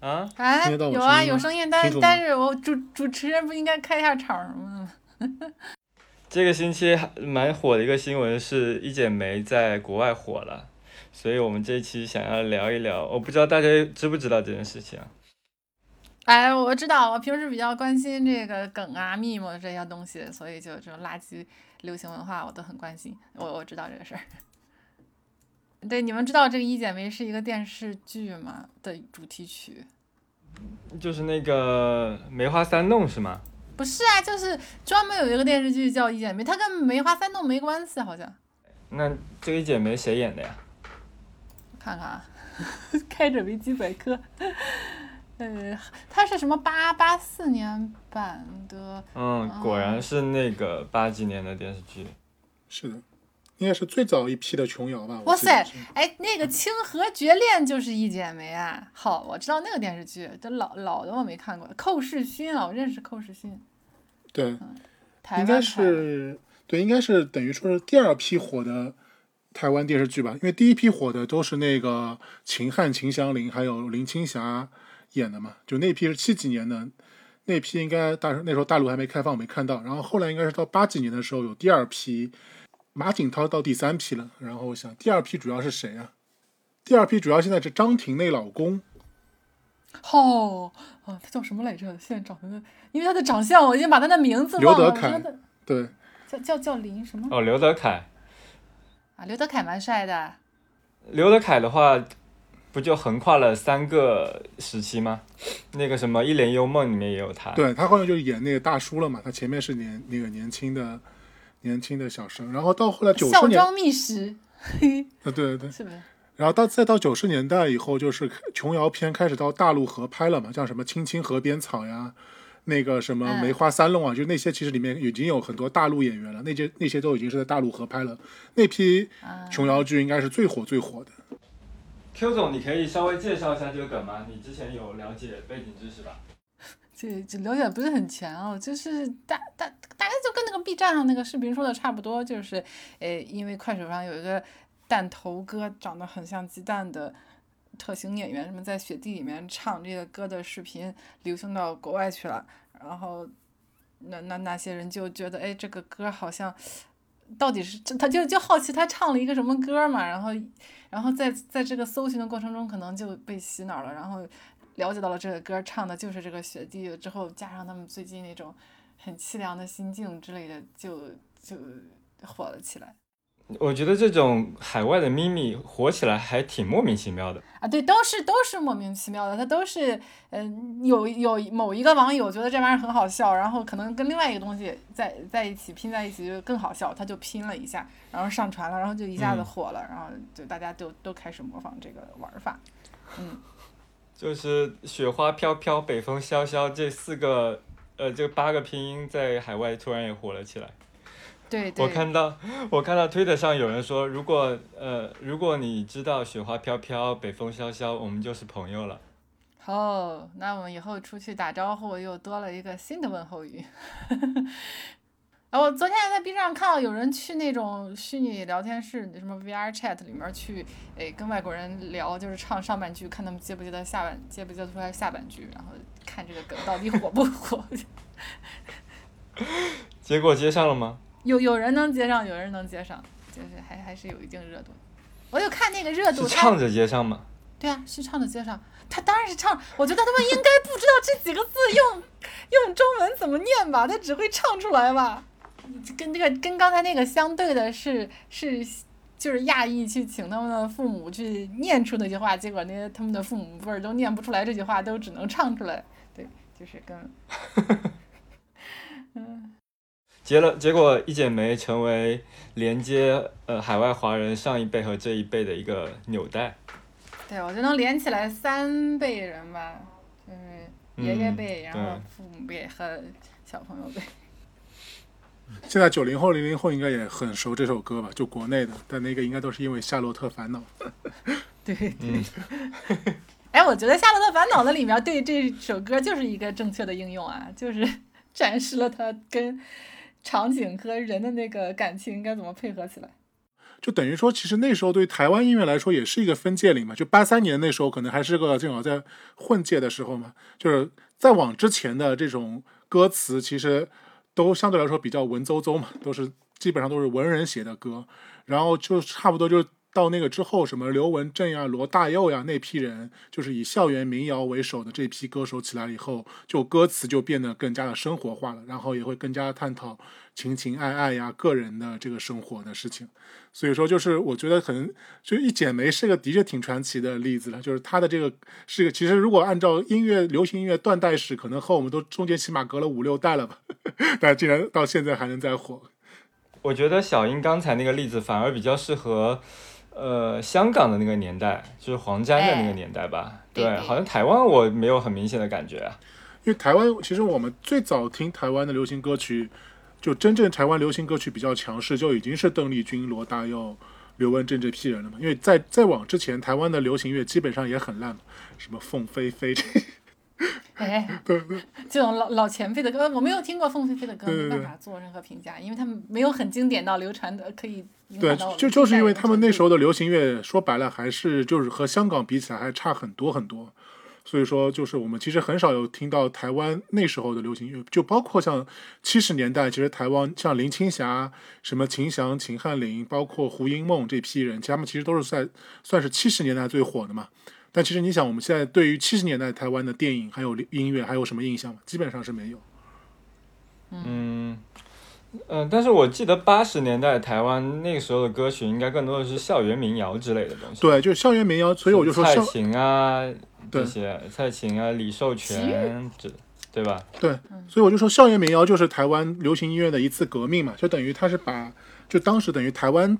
啊，啊，听得到我有声音啊，吗有声音，但清是楚吗但是我主主持人不应该开一下场儿吗？这个星期还蛮火的一个新闻是一剪梅在国外火了，所以我们这一期想要聊一聊，我不知道大家知不知道这件事情啊。哎，我知道，我平时比较关心这个梗啊、meme 这些东西，所以就这种垃圾流行文化我都很关心，我我知道这个事儿。 对，你们知道这个《一剪梅》是一个电视剧吗的主题曲？就是那个梅花三弄是吗？不是啊，就是专门有一个电视剧叫《一剪梅》，它跟《梅花三弄》没关系，好像。那这个一剪梅谁演的呀？看看啊， 开着维基百科， 呃，它是什么八八四年版的？嗯，果然是那个八几年的电视剧。是的，应该是最早一批的琼瑶吧。我哇记得塞是，哎，那个《清河绝恋》就是《一剪梅》啊。好，我知道那个电视剧，这老老的我没看过。寇世勋啊，我认识寇世勋，对，嗯台湾拍应该的是对，应该是等于说是第二批火的台湾电视剧吧，因为第一批火的都是那个秦汉、秦祥林还有林青霞演的嘛，就那批是七几年的，那批应该大那时候大陆还没开放，我没看到。然后后来应该是到八几年的时候有第二批，马景涛到第三批了。然后我想第二批主要是谁啊？第二批主要现在是张庭那老公，哦，哦，他叫什么来着？现在长得那，因为他的长相，我已经把他的名字忘了。刘德我觉凯得对，叫叫叫林什么哦，刘德凯。啊？刘德凯蛮帅的。刘德凯的话，不就横跨了三个时期吗？那个什么《一帘幽梦》里面也有他。啊对他后来就演那个大叔了嘛，他前面是年那个年轻的年轻的小生，然后到后来九十孝年，庄秘史， 呃对对对，是不是？然后到再到九十年代以后，就是琼瑶片开始到大陆合拍了嘛，像什么《青青河边草》呀，那个什么《嗯梅花三弄》啊，就那些其实里面已经有很多大陆演员了，那些那些都已经是在大陆合拍了，那批啊嗯琼瑶剧应该是最火最火的。 Q 总，你可以稍微介绍一下这个梗吗？你之前有了解背景知识吧？这这了解不是很全哦，就是大大大概就跟那个 B 站上那个视频说的差不多，就是呃，因为快手上有一个弹头哥长得很像鸡蛋的特型演员，什么在雪地里面唱这个歌的视频流行到国外去了，然后那那那些人就觉得，哎，这个歌好像到底是这他就就好奇他唱了一个什么歌嘛，然后然后在在这个搜寻的过程中，可能就被洗脑了，然后了解到了这个歌唱的就是这个雪地，之后加上他们最近那种很凄凉的心境之类的，就就火了起来我觉得这种海外的秘密火起来还挺莫名其妙的。啊！对，都是都是莫名其妙的，他都是嗯、有有某一个网友觉得这玩意儿很好笑，然后可能跟另外一个东西在在一起拼在一起就更好笑，他就拼了一下，然后上传了，然后就一下子嗯火了，然后就大家都都开始模仿这个玩儿法。就是雪花飘飘，北风萧萧这四个，呃，这八个拼音在海外突然也火了起来。对对，我看到，我看到推特上有人说，如果呃，如果你知道雪花飘飘，北风萧萧，我们就是朋友了。哦，那我们以后出去打招呼又多了一个新的问候语。然后我昨天还在 B 站上看到有人去那种虚拟聊天室，什么 VR Chat 里面去，诶，跟外国人聊，就是唱上半句，看他们接不接得下半，接不接得出来下半句，然后看这个梗到底火不火。结果接上了吗？有有人能接上，有人能接上，就是还还是有一定热度。我就看那个热是度，它唱着接上吗？对啊，是唱的街上，他当然是唱。我觉得他们应该不知道这几个字用用中文怎么念吧，他只会唱出来吧。跟这个跟刚才那个相对的是是就是亚裔去请他们的父母去念出那句话，结果那些他们的父母辈儿都念不出来这句话，都只能唱出来。对，就是跟结了，结果一剪梅成为连接呃海外华人上一辈和这一辈的一个纽带。对我觉得能连起来三辈人吧，就是爷爷嗯辈，然对后父母辈和小朋友辈。现在九零后、零零后应该也很熟这首歌吧，就国内的，但那个应该都是因为《夏洛特烦恼》。 对嗯对。哎，我觉得《夏洛特烦恼》的里面对这首歌就是一个正确的应用啊，就是展 示了它跟场景和人的那个感情应该怎么配合起来。就等于说，其实那时候对台湾音乐来说也是一个分界岭嘛。就八三年那时候，可能还是个正好在混界的时候嘛。就是再往之前的这种歌词，其实都相对来说比较文绉绉嘛，都是基本上都是文人写的歌。然后就差不多就到那个之后，什么刘文正呀、罗大佑呀那批人，就是以校园民谣为首的这批歌手起来以后，就歌词就变得更加的生活化了，然后也会更加探讨情情爱爱呀、个人的这个生活的事情。所以说，就是我觉得可能就一剪梅是个的确挺传奇的例子了，就是他的这个是个，其实如果按照音乐流行音乐断代史，可能和我们都中间起码隔了五六代了吧， 但竟然到现在还能再火。我觉得小英刚才那个例子反而比较适合，呃，香港的那个年代，就是黄沾的那个年代吧。哎对对，对好像台湾我没有很明显的感觉啊。因为台湾其实我们最早听台湾的流行歌曲，就真正台湾流行歌曲比较强势，就已经是邓丽君、罗大佑、刘文正这批人了嘛。因为在再往之前，台湾的流行乐基本上也很烂嘛，什么凤飞飞这，哎，这种老老前辈的歌，我没有听过凤飞飞的歌，对对没办法做任何评价，因为他们没有很经典到流传的可以影对响到我，们就就是因为他们那时候候的流行乐，说白了还是就是和香港比起来还差很多很多。所以说，就是我们其实很少有听到台湾那时候的流行乐，就包括像七十年代，其实台湾像林青霞、什么秦翔、秦汉林，包括胡因梦这批人，他们其实都是在算是七十年代最火的嘛。但其实你想，我们现在对于七十年代台湾的电影还有音乐还有什么印象吗？基本上是没有。嗯嗯、呃但是我记得八十年代台湾那个时候的歌曲，应该更多的是校园民谣之类的东西。对，就是校园民谣，所以我就说蔡校琴啊，对这些蔡琴啊，李寿全这，对吧？对，所以我就说校园民谣就是台湾流行音乐的一次革命嘛，就等于它是把，就当时等于台湾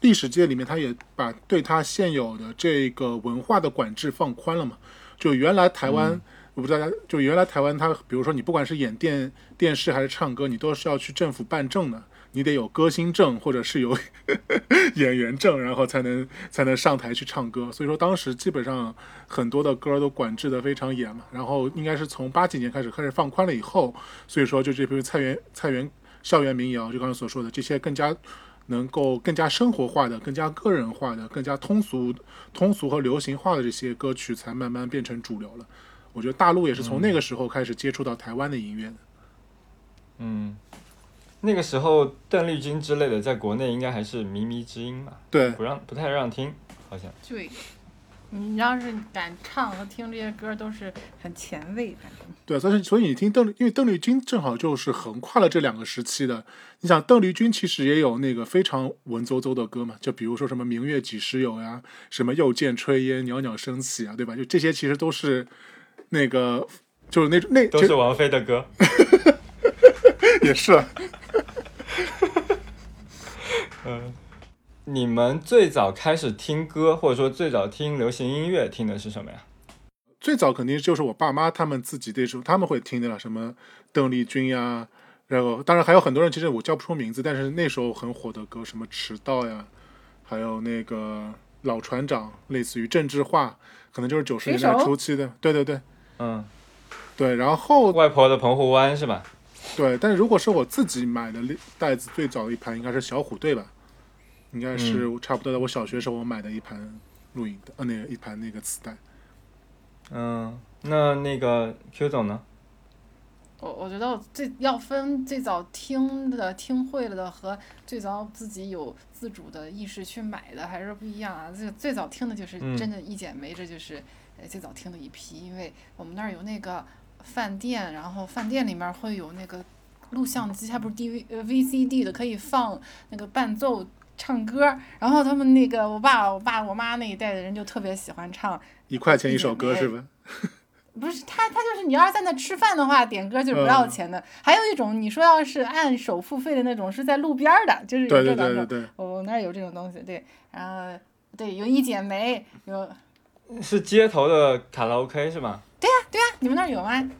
历史界里面，它也把对它现有的这个文化的管制放宽了嘛。就原来台湾，我不知道大家，就原来台湾它，比如说你不管是演电电视还是唱歌，你都是要去政府办证的，你得有歌星证或者是有 演员证，然后才能才能上台去唱歌。所以说当时基本上很多的歌都管制的非常严嘛，然后应该是从八几年开始开始放宽了以后，所以说就这批菜园菜园校园民谣，就刚才所说的这些更加能够更加生活化的、更加个人化的、更加通俗通俗和流行化的这些歌曲，才慢慢变成主流了。我觉得大陆也是从那个时候开始接触到台湾的音乐的。嗯，那个时候邓丽君之类的，在国内应该还是靡靡之音嘛，对，不让不太让听，好像。对。你要是敢唱和听这些歌，都是很前卫的。对，所以所以你听邓丽，因为邓丽君正好就是横跨了这两个时期的。你想，邓丽君其实也有那个非常文绉绉的歌嘛，就比如说什么“明月几时有”呀，什么“又见炊烟袅袅升起”啊，对吧？就这些其实都是那个，就是那那都其是实王菲的歌，也是啊嗯。你们最早开始听歌，或者说最早听流行音乐，听的是什么呀？最早肯定就是我爸妈他们自己那时候他们会听的了，什么邓丽君呀，然后当然还有很多人，其实我叫不出名字，但是那时候很火的歌，什么迟到呀，还有那个老船长，类似于郑智化，可能就是九十水年代手初期的，对对对嗯，对。然后外婆的澎湖湾是吧？对，但是如果是我自己买的袋子，最早的一盘应该是小虎队吧，应该是嗯差不多在我小学时候我买的一盘录影的，呃，那个一盘那个磁带。嗯，那那个 Q 总呢？我我觉得我最要分最早听的、听会了的和最早自己有自主的意识去买的还是不一样啊。这个最早听的就是嗯真的一剪梅，这就是呃最早听的一批，因为我们那儿有那个饭店，然后饭店里面会有那个录像机，它不是 D V 呃 V C D 的，可以放那个伴奏。唱歌，然后他们那个我爸、我爸、我妈那一代的人就特别喜欢唱一块钱一首歌是吧？不是他，他就是你要是在那吃饭的话，点歌就是不要钱的。嗯还有一种，你说要是按手付费的那种，是在路边儿的，就是有对这对两对对种。对，我我那儿有这种东西，对，然后对有一剪梅，有啊是街头的卡拉 OK 是吧？你们那儿有吗？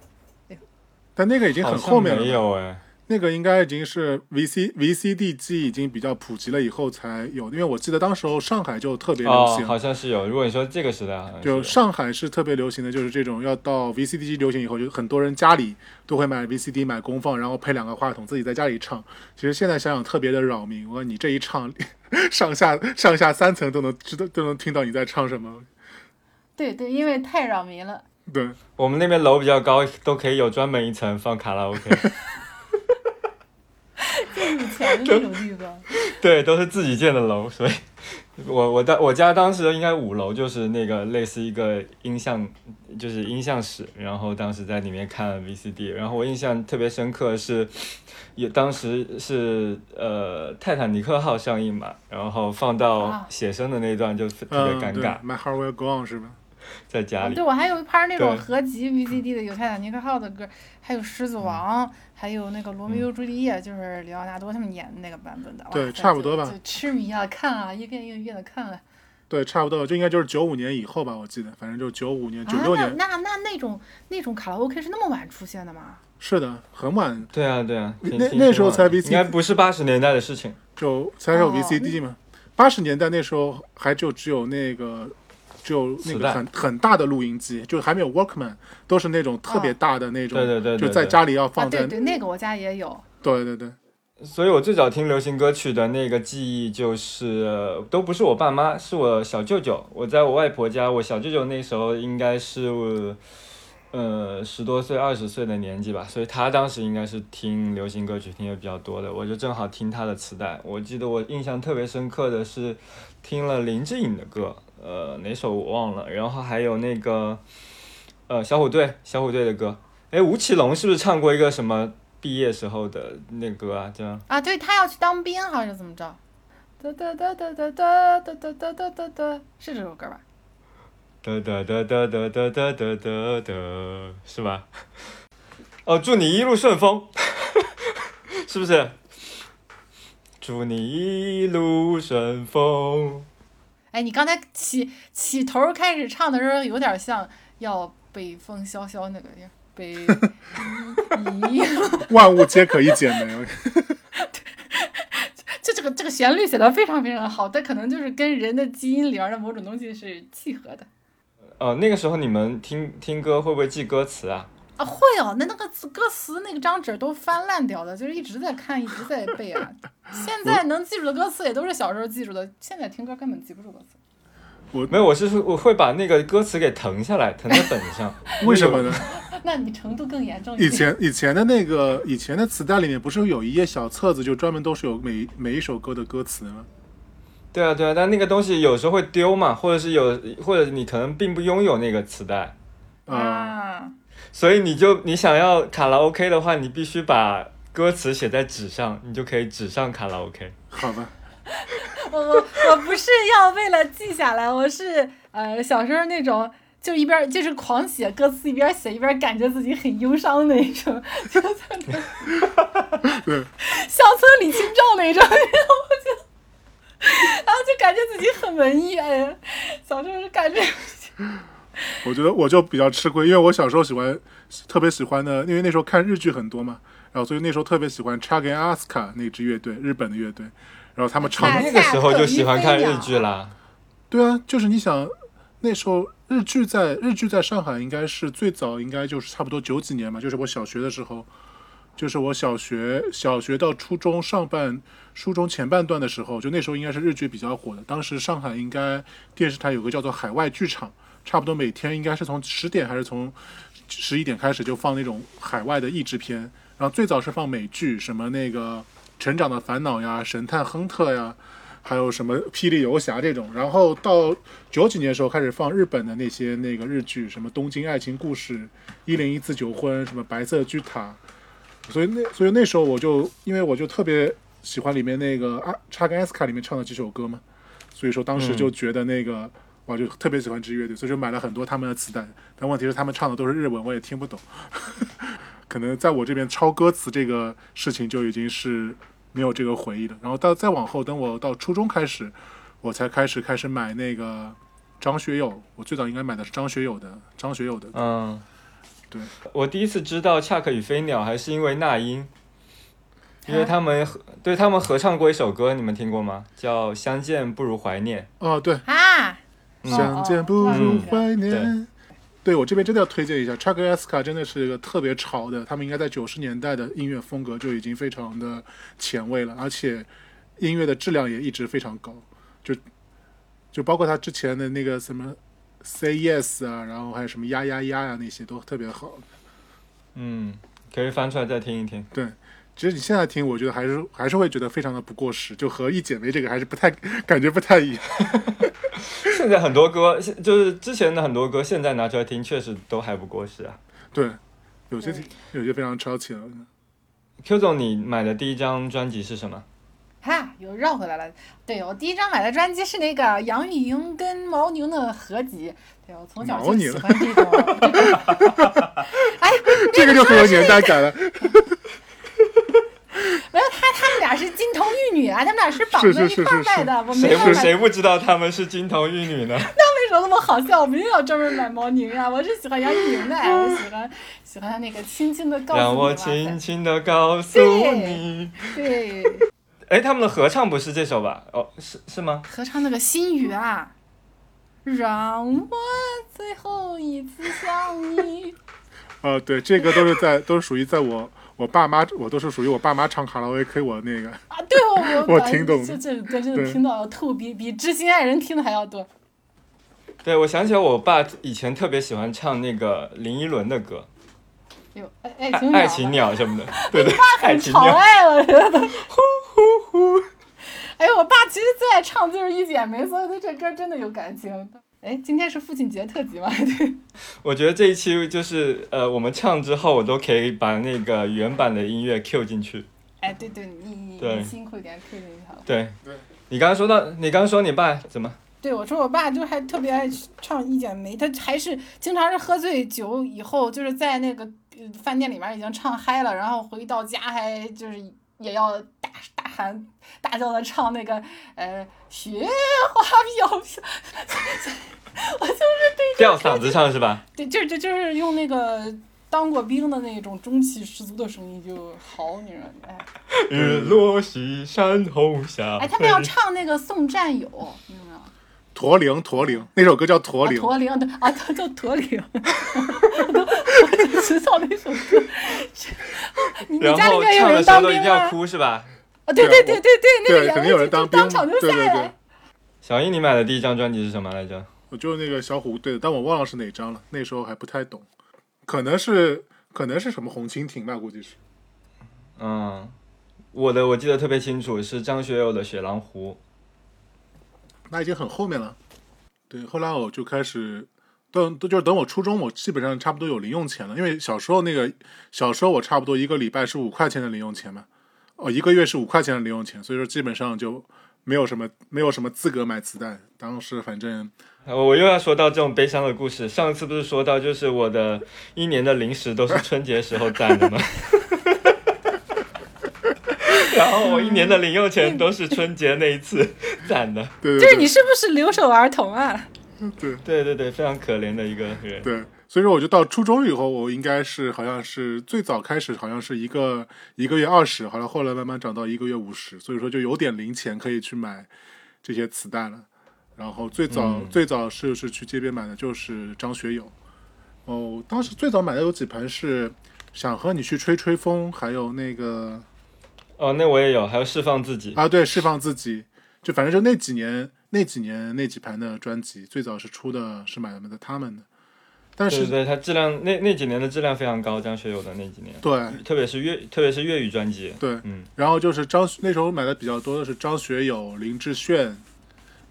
但那个已经好很像后面了吧。没有哎，那个应该已经是 VC VCD 机已经比较普及了以后才有，因为我记得当时候上海就特别流哦行，，好像是有。如果你说这个时代，好像是就有上海是特别流行的，就是这种要到 VCD 机流行以后，就很多人家里都会买 VCD 买功放，然后配两个话筒自己在家里唱。其实现在想想特别的扰民，我说你这一唱， 上下上下三层都能知道都能听到你在唱什么。对对，因为太扰民了。对，我们那边楼比较高，都可以有专门一层放卡拉 OK。以前的那种地方， 对，都是自己建的楼，所以我我当我家当时应该五楼就是那个类似一个音像，就是音像室，然后当时在里面看 VCD，然后我印象特别深刻是，也当时是呃《泰坦尼克号》上映嘛，然后放到啊写生的那段就特别嗯，尴对尬， ，My Heart Will Go On 是吧？在家哦里对，我还有一盘儿那种对合集 VCD 的，有《泰坦尼克号》的歌，还有《狮子王》，嗯还有那个《罗密欧朱丽叶》，就是里奥纳多他们演的那个版本的。哇对塞差不多吧就就痴迷啊，看啊，一遍又一遍的看啊。对，差不多，就应该就是九五年以后吧，我记得，反正就九五年、啊九六，那年，那那那种那种卡拉 OK 是那么晚出现的吗？啊是的，很晚对啊对啊，挺那挺那时候挺晚的才 VCD 应该不是八十年代的事情，就才有哦 VCD 嘛。八十年代那时候还就只有那个，只有那磁个带很很大的录音机，就还没有 Walkman，都是那种特别哦大的那种，对对对对就在对家里要啊，放在，对对，那个我家也有。对对对所以我最早听流行歌曲的那个记忆就是，呃都不是我爸妈，是我小舅舅。我在我外婆家，我小舅舅那时候应该是，呃，十多岁、二十岁的年纪吧，所以他当时应该是听流行歌曲听的比较多的。我就正好听他的磁带，我记得我印象特别深刻的是，听了林志颖的歌，呃，哪首我忘了，然后还有那个，呃，小虎队，小虎队的歌。哎，吴奇隆是不是唱过一个什么毕业时候的那歌啊？叫啊，对他要去当兵，好像是怎么着？哒哒哒哒哒哒哒哒哒哒哒哒，是这首歌吧？哒哒哒哒哒哒哒哒哒哒，是吧？哦，祝你一路顺风， 是不是？祝你一路顺风。哎，你刚才起起头开始唱的时候，有点像要北风萧萧那个地儿。 北 咦，万物皆可一解酶。就这个这个旋律写的非常非常好，但可能就是跟人的基因里边的某种东西是契合的哦，那个时候你们听听歌会不会记歌词啊？啊。会哦，那那个词歌词那个张纸都翻烂掉的，就是一直在看，一直在背 啊。现在能记住的歌词也都是小时候记住的，现在听歌根本记不住歌词。没有，我是我会把那个歌词给腾下来，腾在本上。 为什么呢？那你程度更严重一以点。前以前的那个以前的磁带里面不是有一页小册子，就专门都是有每每一首歌的歌词吗？对啊，对啊，但那个东西有时候会丢嘛，或者是有，或者你可能并不拥有那个磁带。啊、啊，所以你就你想要卡拉 OK 的话，你必须把歌词写在纸上，你就可以纸上卡拉 OK。好吧，我我我不是要为了记下来，我是呃小时候那种。就一边儿就是狂写歌词，一边儿写一边儿感觉自己很忧伤那一种，就在那对， 乡村李清照那一种，然后我就，然后就感觉自己很文艺，哎呀，小时候是感觉，我觉得我就比较吃亏，因为我小时候喜欢特别喜欢的，因为那时候看日剧很多嘛，然后所以那时候特别喜欢 c h a g a n Asuka 那支乐队，日本的乐队，然后他们唱哎的，那个时候就喜欢看日剧啦。对啊，就是你想那时候日剧在日剧在上海应该是最早，应该就是差不多九几年嘛，就是我小学的时候，就是我小学小学到初中上半初中前半段的时候，就那时候应该是日剧比较火的，当时上海应该电视台有个叫做海外剧场，差不多每天应该是从十点还是从十一点开始就放那种海外的译制片，然后最早是放美剧，什么那个《成长的烦恼》呀，《神探亨特》呀，还有什么《霹雳游侠》这种。然后到九几年的时候开始放日本的那些那个日剧，什么《东京爱情故事》《一零一次求婚》，什么《白色巨塔》。所以那所以那时候我就因为我就特别喜欢里面那个啊《查干斯卡》里面唱的几首歌嘛，所以说当时就觉得那个。我就特别喜欢这支乐队，所以就买了很多他们的磁带。但问题是他们唱的都是日文，我也听不懂。 可能在我这边抄歌词这个事情就已经是没有这个回忆了。然后到再往后，等我到初中开始，我才开始开始买那个张学友。我最早应该买的是张学友的，张学友的。嗯，对。我第一次知道《恰克与飞鸟》还是因为那英，因为他们合对他们合唱过一首歌，你们听过吗？叫《相见不如怀念》。哦，对，啊，嗯相见不如怀念。嗯对我这边真的要推荐一下 c h a g a s k a 真的是一个特别潮的，他们应该在九十年代的音乐风格就已经非常的前卫了，而且音乐的质量也一直非常高，就就包括他之前的那个什么 Say Yes 啊，然后还有什么呀呀呀呀那些都特别好。嗯，可以翻出来再听一听。其实你现在听，我觉得还是还是会觉得非常的不过时，就和一姐妹这个还是不太感觉不太一样。现在很多歌，现就是之前的很多歌，现在拿出来听，确实都还不过时啊。对，有些对有些非常超前了。 Q 总，你买的第一张专辑是什么？哈，啊又绕回来了。对我第一张买的专辑是那个杨钰莹跟毛宁的合集。对我从小毛就宁喜欢这 种。哎，这个就很有年代感了。没有他，他们俩是金童玉女啊，他们俩是绑是在是一是块儿是卖的。我没谁有不买谁不知道他们是金童玉女呢？为什么那么好笑？我们又要专门买毛宁啊！我是喜欢杨钰莹的，哎我喜欢喜欢她那个轻轻的 告诉你让我哇塞轻轻的告诉你。对哎，他们的合唱不是这首吧？哦，是是吗？合唱那个心语啊，让我最后一次想你。啊，对，这个都是在都是属于在我我爸妈，我都是属于我爸妈唱卡拉 OK 我那个，啊，对我 我哎听懂这这首歌真对的听到要吐，比比知心爱人听的还要多。对，我想起来，我爸以前特别喜欢唱那个林依轮的歌，有哎爱爱《情爱爱鸟吧情鸟》什么的。对对，爱很情潮鸟。哎，我觉得。呼呼呼！哎，我爸其实最爱唱就是一姐妹，所以对这歌真的有感情。哎，今天是父亲节特辑嘛？对，我觉得这一期就是呃，我们唱之后，我都可以把那个原版的音乐 Q 进去。哎，对对，你你对你辛苦一点，推荐一下了。对对，你刚刚说到，你刚刚说你爸怎么？对，我说我爸就还特别爱唱一剪梅，他还是经常是喝醉酒以后，就是在那个呃饭店里面已经唱嗨了，然后回到家还就是也要大大喊大叫的唱那个呃雪花飘飘，我就是对吊嗓子唱是吧？对，就就就是用那个当过兵的那种中气十足的声音就好，你说哎啊日落西山红霞。哎，他们要唱那个送战友，你知道吗？驼铃驼铃那首歌叫驼啊，铃，驼铃，对啊，它叫驼铃， 我就知道那首歌。你你然家里后面有唱的人时候当都一兵定要吗？哭是吧？啊，对对对对对，那个对，肯定有有人当兵当场，就对下对对来。，小英，你买的第一张专辑是什么来着？我就是那个小虎队的，但我忘了是哪张了，那时候还不太懂，可能是可能是什么红蜻蜓吧，估计是。嗯，我的我记得特别清楚，是张学友的《雪狼湖》。那已经很后面了。对，后来我就开始，等就是等我初中，我基本上差不多有零用钱了，因为小时候那个小时候我差不多一个礼拜是五块钱的零用钱嘛，哦，一个月是五块钱的零用钱，所以说基本上就没有什么没有什么资格买磁带。当时反正呃我又要说到这种悲伤的故事。上次不是说到，就是我的一年的零食都是春节时候攒的吗？ 然后我一年的零用钱都是春节那一次攒的。对就是对你对是不是留守儿童啊？对对对对，非常可怜的一个人。对，所以说我就到初中以后，我应该是好像是最早开始好像是一个一个月二十，好像后来慢慢涨到一个月五十，所以说就有点零钱可以去买这些磁带了。然后最早、嗯最早是是去街边买的，就是张学友。哦，当时最早买的有几盘是《想和你去吹吹风》，还有那个哦，那我也有，还要释放自己。啊，对，释放自己，就反正就那几年那几年那几盘的专辑，最早是出的是买的他们的，但对是对对，他质量那那几年的质量非常高，张学友的那几年，对特别是粤特别是粤语专辑。对，嗯，然后就是张那时候买的比较多的是张学友、林志炫，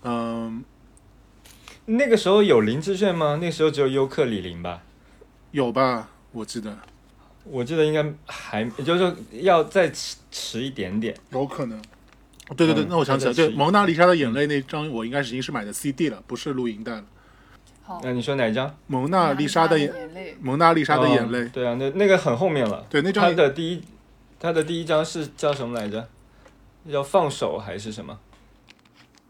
嗯，那个时候有林志炫吗？那时候只有优客李林吧。有吧？我记得我记得应该还，也就是说要再迟迟一点点。有可能。对对对，嗯那我想起来，他在就吃蒙娜丽莎的眼泪》那张，我应该是已经是买的 CD 了，不是录音带了。好，那你说哪一张？蒙娜丽莎的啊眼眼，泪，蒙娜丽莎的眼哦泪，对啊，那那个很后面了。对那张他也的第一，他的第一张是叫什么来着？叫放手还是什么？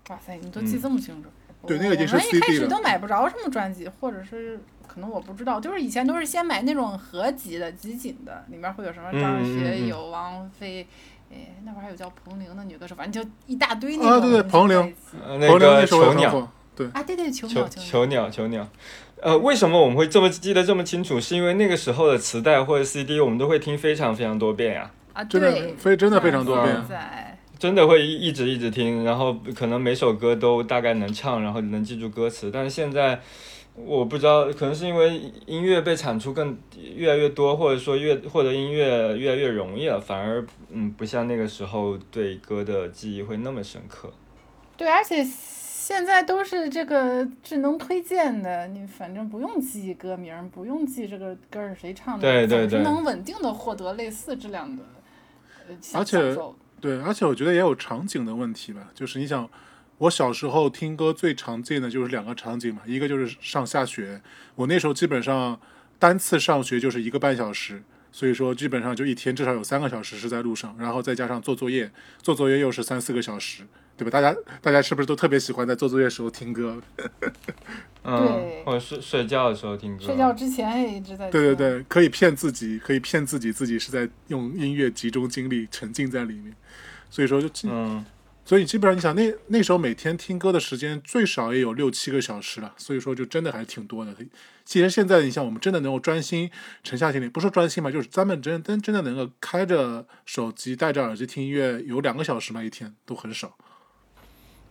哇塞，你都嗯记这么清楚。对我那个已经是我们一 CD 开始了都买不着什么专辑，或者是可能我不知道，就是以前都是先买那种合集的集锦的，里面会有什么张嗯嗯嗯学嗯友、王菲、哎，那会儿还有叫彭羚的女歌手，反正就一大堆那啊种对东对西彭羚在一起呃黄龄那个时候也囚很鸟，火，对，啊，对对，囚囚鸟，鸟，囚鸟，囚鸟。呃，为什么我们会这么记得这么清楚？是因为那个时候的磁带或者 CD，我们都会听非常非常多遍呀、啊，真对的，非真的非常像多啊现遍。在真的会一一直一直听，然后可能每首歌都大概能唱，然后能记住歌词。但是现在我不知道，可能是因为音乐被产出更越来越多，或者说越获得音乐越来越容易了，反而嗯不像那个时候对歌的记忆会那么深刻。对，而且现在都是这个智能推荐的，你反正不用记歌名儿，不用记这个歌儿是谁唱的，对对总是对能稳定的获得类似质量的呃享而且享受。对，而且我觉得也有场景的问题吧，就是你想，我小时候听歌最常见的就是两个场景嘛，一个就是上下学，我那时候基本上单次上学就是一个半小时，所以说基本上就一天至少有三个小时是在路上，然后再加上做作业，做作业又是三四个小时，对吧？大家大家是不是都特别喜欢在做作业时候听歌？嗯对，或者睡睡觉的时候听歌。睡觉之前也一直在对对听对，可以骗自己，可以骗自己，自己是在用音乐集中精力沉浸在里面，所以说就基嗯，所以基本上你想那那时候每天听歌的时间最少也有六七个小时了，所以说就真的还是挺多的。其实现在你像我们真的能够专心沉下心来，不说专心吧，就是咱们真真真的能够开着手机戴着耳机听音乐，有两个小时嘛一天都很少。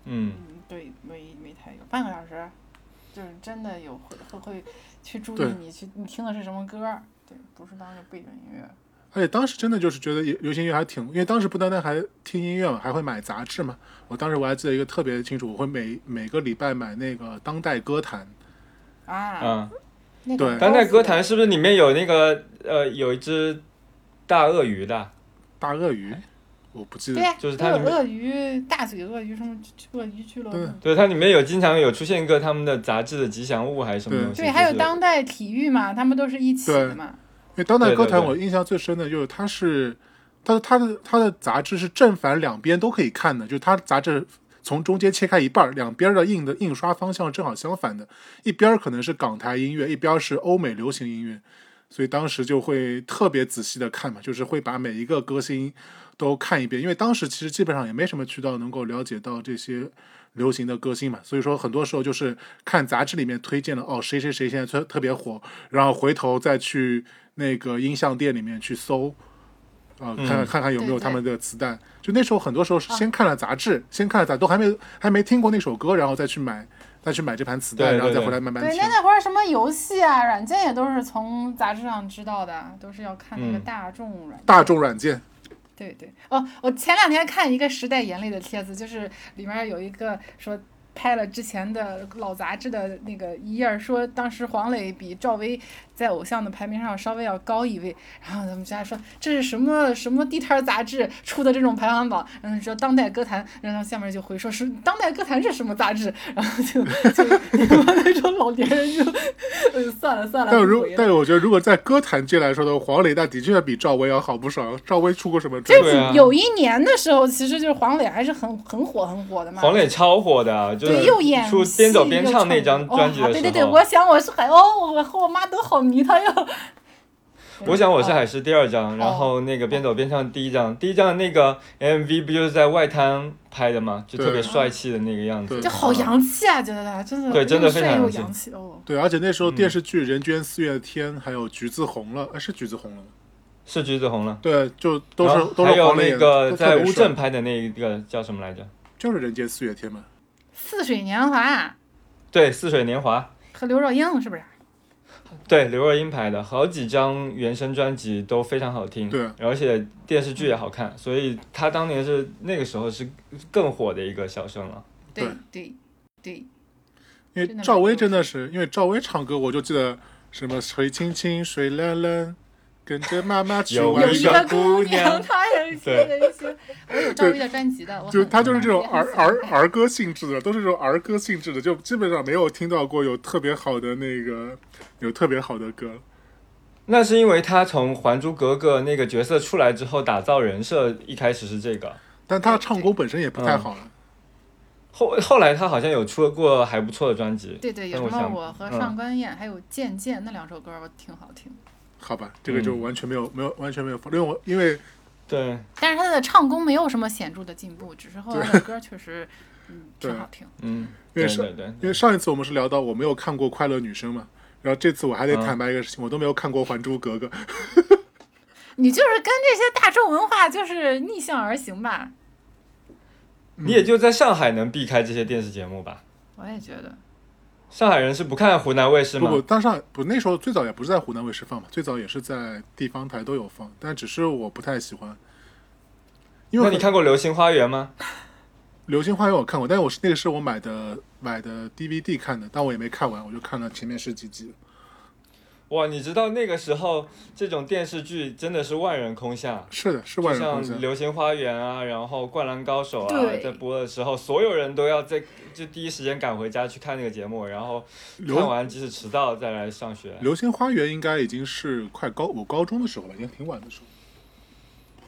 嗯，嗯，对，没没太有半个小时，就是真的有会会会去注意对你去你听的是什么歌儿，对，不是当个背景音乐。而且当时真的就是觉得流流行音乐还挺，因为当时不单单还听音乐嘛，还会买杂志嘛。我当时我还记得一个特别清楚，我会每每个礼拜买那个《当代歌坛》，啊，啊，那对个当代歌歌词坛是不是里面有那个呃有一只大鳄鱼的？大鳄鱼，我不记得对呀，就是它鳄里面鳄鱼、大嘴鳄鱼什么鳄鱼俱乐部对，对，它里面有经常有出现一个他们的杂志的吉祥物还是什么对东西？对，还有就是当代体育嘛，他们都是一起的对嘛。因为当代歌对对坛，对我印象最深的就是它是，它的它的它的杂志是正反两边都可以看的，就是它杂志从中间切开一半儿，两边儿的印的印刷方向正好相反的，一边儿可能是港台音乐，一边儿是欧美流行音乐，所以当时就会特别仔细的看嘛，就是会把每一个歌星都看一遍，因为当时其实基本上也没什么渠道能够了解到这些流行的歌星嘛，所以说很多时候就是看杂志里面推荐的哦，谁谁谁现在特特别火，然后回头再去那个音像店里面去搜，啊、看看嗯看看有没有对对啊他们的磁带。就那时候很多时候是先看了杂志，先看了杂志，都还没还没听过那首歌，然后再去买再去买这盘磁带，对对然后再对回来慢慢对，听那。那会儿什么游戏啊、软件也都是从杂志上知道的，都是要看那个嗯大众软件。大众软件，对对，哦，我前两天看一个《时代眼泪》的帖子，就是里面有一个说拍了之前的老杂志的那个一页儿，说当时黄磊比赵薇在偶像的排名上稍微要高一位，然后咱们就还说这是什么什么地摊儿杂志出的这种排行榜，然后说当代歌坛，然后下面就回说是当代歌坛是什么杂志，然后就就那种老年人就，嗯，算了算了，但不如回了但是我觉得，如果在歌坛界来说的话，黄磊那的确比赵薇要好不少。赵薇出过什么专对辑？啊，有一年的时候，其实就是黄磊还是很很火很火的嘛。黄磊超火的，啊就对，是又演出戏边走又边唱唱那张歌专辑哇的时候，对对对，我想我是海鸥，我和我妈都好迷他 呀。我想我是海狮第二张，哦然后那个边走边唱第一张，第一张那个 MV 不就是在外滩拍的吗？就对特别帅气的那个样子，对就好洋气啊，觉得他真的对真的又非帅常又洋洋气哦。对，而且那嗯时候电视剧《人间四月天》还有《橘子红了》，哎，是《橘子红了》吗？是橘子红了。对，就都然后是都还是有黄磊那演的，个都在特别乌帅镇拍的那一个叫什么来着？就是《人间四月天》嘛。似水年华对，《似水年华》，和刘若英是不是？对刘若英拍的，好几张原声专辑都非常好听，对，而且电视剧也好看，所以他当年是那个时候是更火的一个小生了。对对对，因真为的赵蛮薇多真的是，因为赵薇唱歌，我就记得什么水清清水蓝蓝，跟着妈妈去有玩有一一个个姑姑娘，娘她也是对有一些，我有赵薇的专辑的，我就很他就是这种也很 儿喜欢儿儿歌性质的，都是这种儿歌性质的，就基本上没有听到过有特别好的那个有特别好的歌。那是因为他从《还珠格格》那个角色出来之后，打造人设一开始是这个，但他唱功本身也嗯不太好了，后后来他好像有出过还不错的专辑，对对，但有什我么想我和嗯上官燕还有渐渐那两首歌我挺好听的。好吧，这个就嗯完全没有没有完全没有，因为我因为对，但是他的唱功没有什么显著的进步，只是后来的歌确实嗯对挺好听。嗯，因为对是对对，因为上一次我们是聊到我没有看过《快乐女生》嘛，然后这次我还得嗯坦白一个事情，我都没有看过《还珠格格》。你就是跟这些大众文化就是逆向而行吧，嗯你也就在上海能避开这些电视节目吧。我也觉得。上海人是不看湖南卫视不吗？不，当上不那时候最早也不是在湖南卫视放嘛，最早也是在地方台都有放，但只是我不太喜欢，因为那很你看过《流星花园》吗？ 《流星花园》我看过，但是我是那个是我买的买的 DVD 看的，但我也没看完，我就看了前面十几集。哇，你知道那个时候这种电视剧真的是万人空巷，是的，是万人空就像《巷。流星花园》啊，然后《灌篮高手》啊，对在播的时候，所有人都要在就第一时间赶回家去看那个节目，然后流看完即使迟到再来上学。流星花园应该已经是快高我高中的时候吧，应该挺晚的 时候。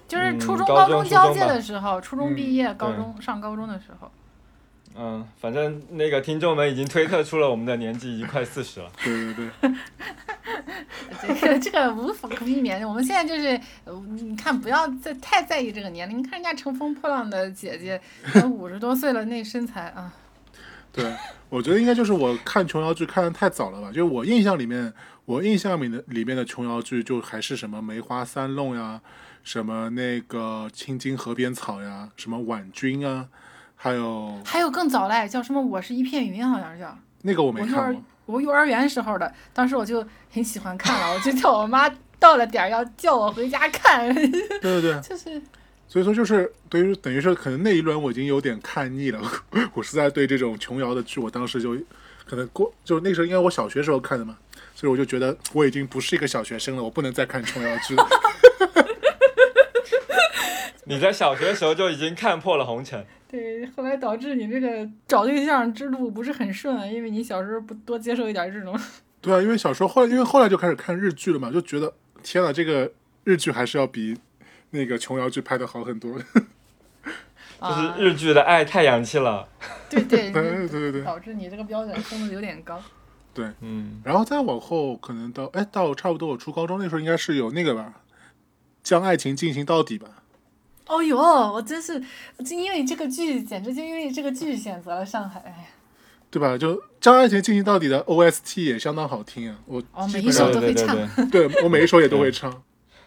就是嗯初中、高高中中初交中界吧的时候，初中毕业，高中上高中的时候， 嗯，反正那个听众们已经推测出了我们的年纪已经快 四十了。对对对，这个这个无可避免。我们现在就是，呃你看不要再太在意这个年龄，你看人家乘风破浪的姐姐，都五十多岁了，那身材啊，对，我觉得应该就是我看琼瑶剧看的太早了吧，就是我印象里面，我印象里的里面的琼瑶剧就还是什么梅花三弄呀，什么那个青青河边草呀，什么婉君啊，还有还有更早嘞，叫什么？我是一片云，好像是叫。那个我我没幼看儿过。我幼儿园时候的，当时我就很喜欢看了，我就叫我妈到了点儿要叫我回家看， 对对对，就是所以说就是对于等于是可能那一轮我已经有点看腻了， 我实在对这种琼瑶的剧，我当时就可能过就那时候应该我小学时候看的嘛，所以我就觉得我已经不是一个小学生了，我不能再看琼瑶剧了。你在小学的时候就已经看破了红尘，对，后来导致你这个找对象之路不是很顺，因为你小时候不多接受一点这种。对啊，因为小时候后来因为后来就开始看日剧了嘛，就觉得天呐，这个日剧还是要比那个琼瑶剧拍的好很嗯多。就是啊，日剧的爱太洋气了。对对 对 对对对导致你这个标准升的有点高。对，嗯，然后再往后可能到哎到差不多我初高中那时候应该是有那个吧，将爱情进行到底吧。哦呦，我真是就因为这个剧，简直就因为这个剧选择了上海。哎呀，对吧？就《将爱情进行到底》的 OST 也相当好听啊，我哦基每本一首上都对会对对唱对。对我每一首也都会唱。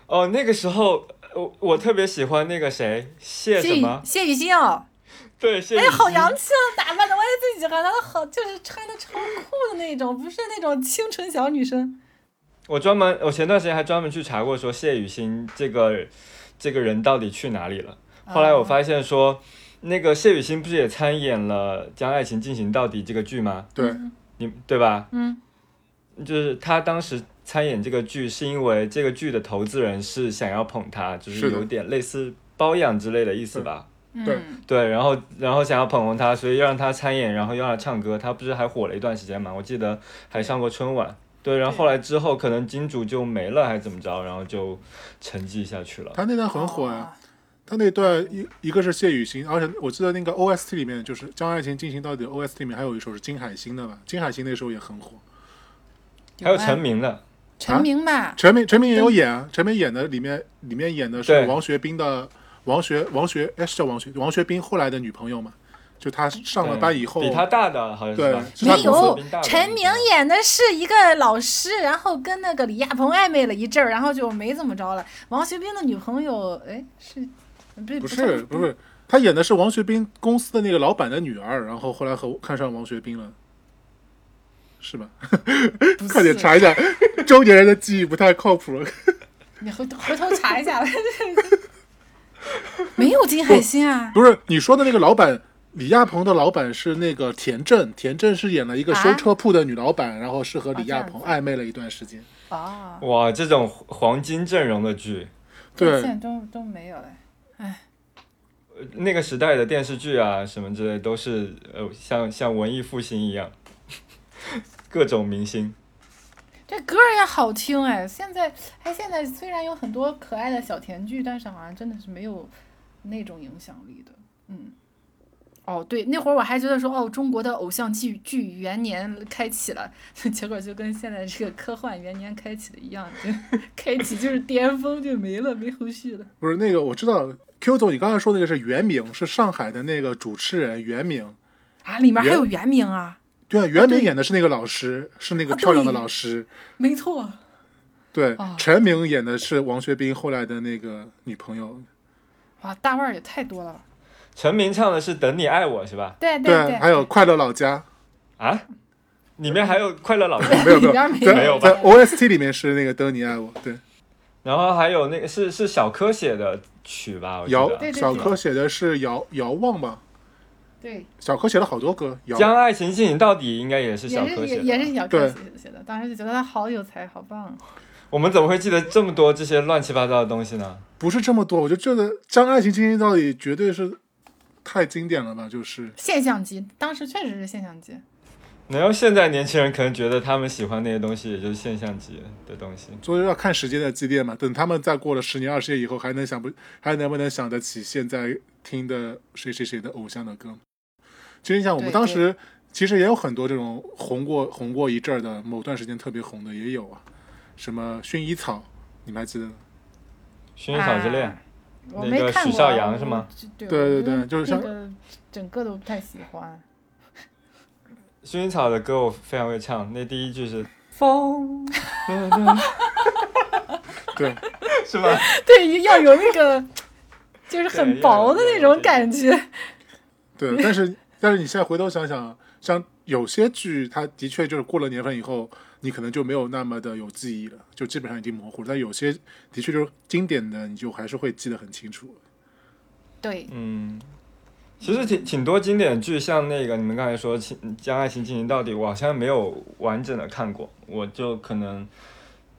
哦，那个时候我我特别喜欢那个谁谢谢什雨么，谢雨欣哦，对谢雨哎呀，好欣洋气啊！打扮的我也最喜欢她的好，就是穿的超酷的那种，不是那种清纯小女生。我专门，我前段时间还专门去查过，说谢雨欣这个这个人到底去哪里了。啊后来我发现说，那个谢雨欣不是也参演了《将爱情进行到底》这个剧吗？对，你对吧？嗯，就是他当时参演这个剧，是因为这个剧的投资人是想要捧他，就是是的有点类似包养之类的意思吧。对嗯，对，然后然后想要捧红他，所以让他参演，然后又让他唱歌，他不是还火了一段时间嘛？我记得还上过春晚。对，然后后来之后可能金主就没了，还是怎么着，然后就沉寂下去了。他那段很火哦呀、他那段一一个是谢雨欣，而且我记得那个 OST 里面就是《将爱情进行到底》OST 里面还有一首是金海心的吧？金海心那时候也很火，还有陈明啊呢，哦啊陈明吧？陈明陈明也有演啊，陈明演的里面里面演的是对王学兵的王学王学哎是叫王学王学兵后来的女朋友嘛？就他上了对班以后，比他大的好像是吧对？是他没比他有比大，的陈明演的是一个老师，然后跟那个李亚鹏暧昧了一阵儿，然后就没怎么着了。王学兵的女朋友，哎，是，不不是不是，他演的是王学兵公司的那个老板的女儿，然后后来和看上王学兵了，是吧？ 不快点是查一下，中年人的记忆不太靠谱。你回回头查一下 吧。没有金海心啊， 不是你说的那个老板，李亚鹏的老板是那个田震，田震是演了一个啊修车铺的女老板，然后是和李亚鹏哦这暧昧了一段时间。啊，哇，这种黄金阵容的剧，对现在都都没有了。呃那个时代的电视剧啊什么之类都是呃像像文艺复兴一样， 各种明星。这歌儿也好听哎，现在哎，现在虽然有很多可爱的小甜剧，但是好像真的是没有那种影响力的。嗯，哦，对，那会儿我还觉得说，哦，中国的偶像剧剧元年开启了， 结果就跟现在这个科幻元年开启的一样， 就开启就是巅峰就没了，没后续了。不是那个，我知道 Q 总，你刚才说那个是袁明，是上海的那个主持人袁明。啊，里面还原有原名啊，对啊，袁明对演的是那个老师，是那个啊漂亮的对老师。没错。对，啊陈明演的是王学兵后来的那个女朋友。哇，大腕儿也太多了吧？陈明唱的是《等你爱我》是吧？对对啊，对，还有《快乐老家，啊，里面还有《快乐老家》没 有里没有，边没在有没有吧在 OST 里面是那个《等你爱我》，对，然后还有那个是是小柯写的曲吧？我记姚得对对小柯写的是姚姚望吧？对，小柯写了好多歌， 《姚将爱情进行到底》应该也是小也是柯也写也的。是小柯写写的，当时就觉得他好有才，好棒。哦我们怎么会记得这么多这些乱七八糟的东西呢？不是这么多，我就觉得《将爱情进行到底》绝对是太经典了吧？就是现象级，当时确实是现象级。然后现在年轻人可能觉得他们喜欢那些东西，也就是现象级的东西。所以要看时间的积淀嘛。等他们再过了十年、二十年以后，还能想不还能不能想得起现在听的谁谁谁的偶像的歌？其实你想，我们对当时其实也有很多这种红过红过一阵儿的，某段时间特别红的也有啊，什么薰衣草，你们还记得？ 《薰衣草之恋》啊我那没个看许过绍洋是吗？我对对我对觉得对就是那像个整个都不太喜欢。薰衣草的歌我非常会唱，那第一句是风对，是吧？ 对，要有那 个就是对很要薄有的那那种种感觉。 对，但是但是你现在回头想想，像有些剧，它的确就是过了年份以后，你可能就没有那么的有记忆了，就基本上已经模糊了。但有些的确就是经典的，你就还是会记得很清楚。对，嗯，其实挺挺多经典剧，像那个你们刚才说《情将爱情进行到底》，我好像没有完整的看过，我就可能